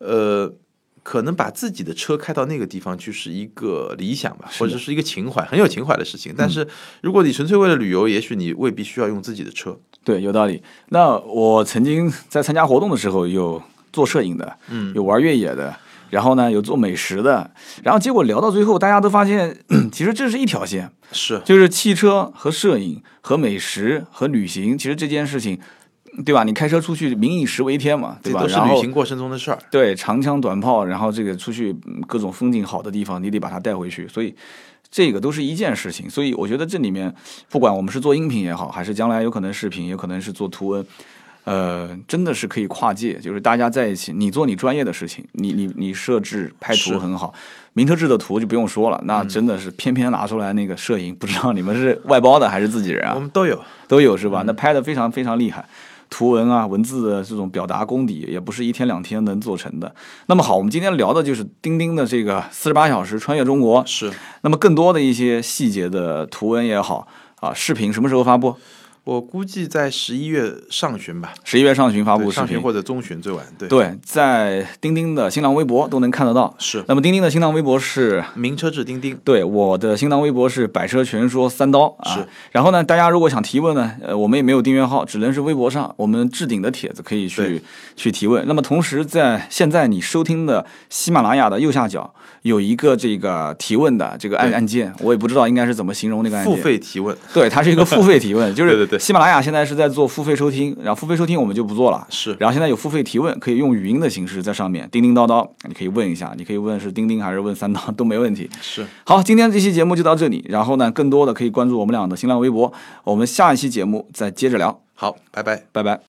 [SPEAKER 2] 呃。可能把自己的车开到那个地方去是一个理想吧，或者是一个情怀，很有情怀的事情。但是，如果你纯粹为了旅游，也许你未必需要用自己的车。
[SPEAKER 1] 对，有道理。那我曾经在参加活动的时候，有做摄影的，嗯，有玩越野的。然后呢，有做美食的，然后结果聊到最后，大家都发现， [clears throat] 其实这是一条线，
[SPEAKER 2] 是，
[SPEAKER 1] 就是汽车和摄影和美食和旅行，其实这件事情，对吧？你开车出去，民以食为天嘛，对
[SPEAKER 2] 这
[SPEAKER 1] 吧？
[SPEAKER 2] 都是
[SPEAKER 1] 然
[SPEAKER 2] 旅
[SPEAKER 1] 后
[SPEAKER 2] 行过程中的事儿。
[SPEAKER 1] 对长枪短炮，然后这个出去嗯各种风景好的地方，你得把它带回去，所以。这个都是一件事情，所以我觉得这里面，不管我们是做音频也好，还是将来有可能视频，有可能是做图文，呃，真的是可以跨界，就是大家在一起，你做你专业的事情，你你你设置拍图
[SPEAKER 2] 是
[SPEAKER 1] 很好，名车志的图就不用说了，那真的是偏偏拿出来那个摄影，不知道你们是外包的还是自己人啊
[SPEAKER 2] 我？们都有，
[SPEAKER 1] 都有是吧？
[SPEAKER 2] 嗯
[SPEAKER 1] 那拍的非常非常厉害，图文啊、文字的这种表达功底也不是一天两天能做成的。那么好，我们今天聊的就是钉钉的这个四十八小时穿越中国。
[SPEAKER 2] 是
[SPEAKER 1] 那么更多的一些细节的图文也好啊，视频什么时候发布？
[SPEAKER 2] 我估计在十一月上旬吧，
[SPEAKER 1] 啊十一月上旬发布
[SPEAKER 2] 对
[SPEAKER 1] 视
[SPEAKER 2] 上
[SPEAKER 1] 频
[SPEAKER 2] 旬，或者中旬最晚。对，
[SPEAKER 1] 对，在钉钉的新浪微博都能看得到。
[SPEAKER 2] 是
[SPEAKER 1] 那么钉钉的新浪微博是。
[SPEAKER 2] 名车志钉钉，
[SPEAKER 1] 对，我的新浪微博是百车全说三刀啊。
[SPEAKER 2] 是。
[SPEAKER 1] 然后呢，大家如果想提问呢，呃，我们也没有订阅号，只能是微博上我们置顶的帖子可以去
[SPEAKER 2] 对
[SPEAKER 1] 去提问。那么同时，在现在你收听的喜马拉雅的右下角有一个这个提问的这个按
[SPEAKER 2] 对
[SPEAKER 1] 按键，我也不知道应该是怎么形容那个按键。
[SPEAKER 2] 付费提问
[SPEAKER 1] 对，它是一个付费提问，就
[SPEAKER 2] 对对
[SPEAKER 1] 是
[SPEAKER 2] 对
[SPEAKER 1] 喜马拉雅现在是在做付费收听，然后付费收听我们就不做了。
[SPEAKER 2] 是
[SPEAKER 1] 然后现在有付费提问，可以用语音的形式在上面叮叮叨叨，你可以问一下，你可以问是叮叮还是问三刀都没问题。
[SPEAKER 2] 是，
[SPEAKER 1] 好，今天这期节目就到这里，然后呢，更多的可以关注我们俩的新浪微博，我们下一期节目再接着聊，
[SPEAKER 2] 好，拜拜。
[SPEAKER 1] 拜拜。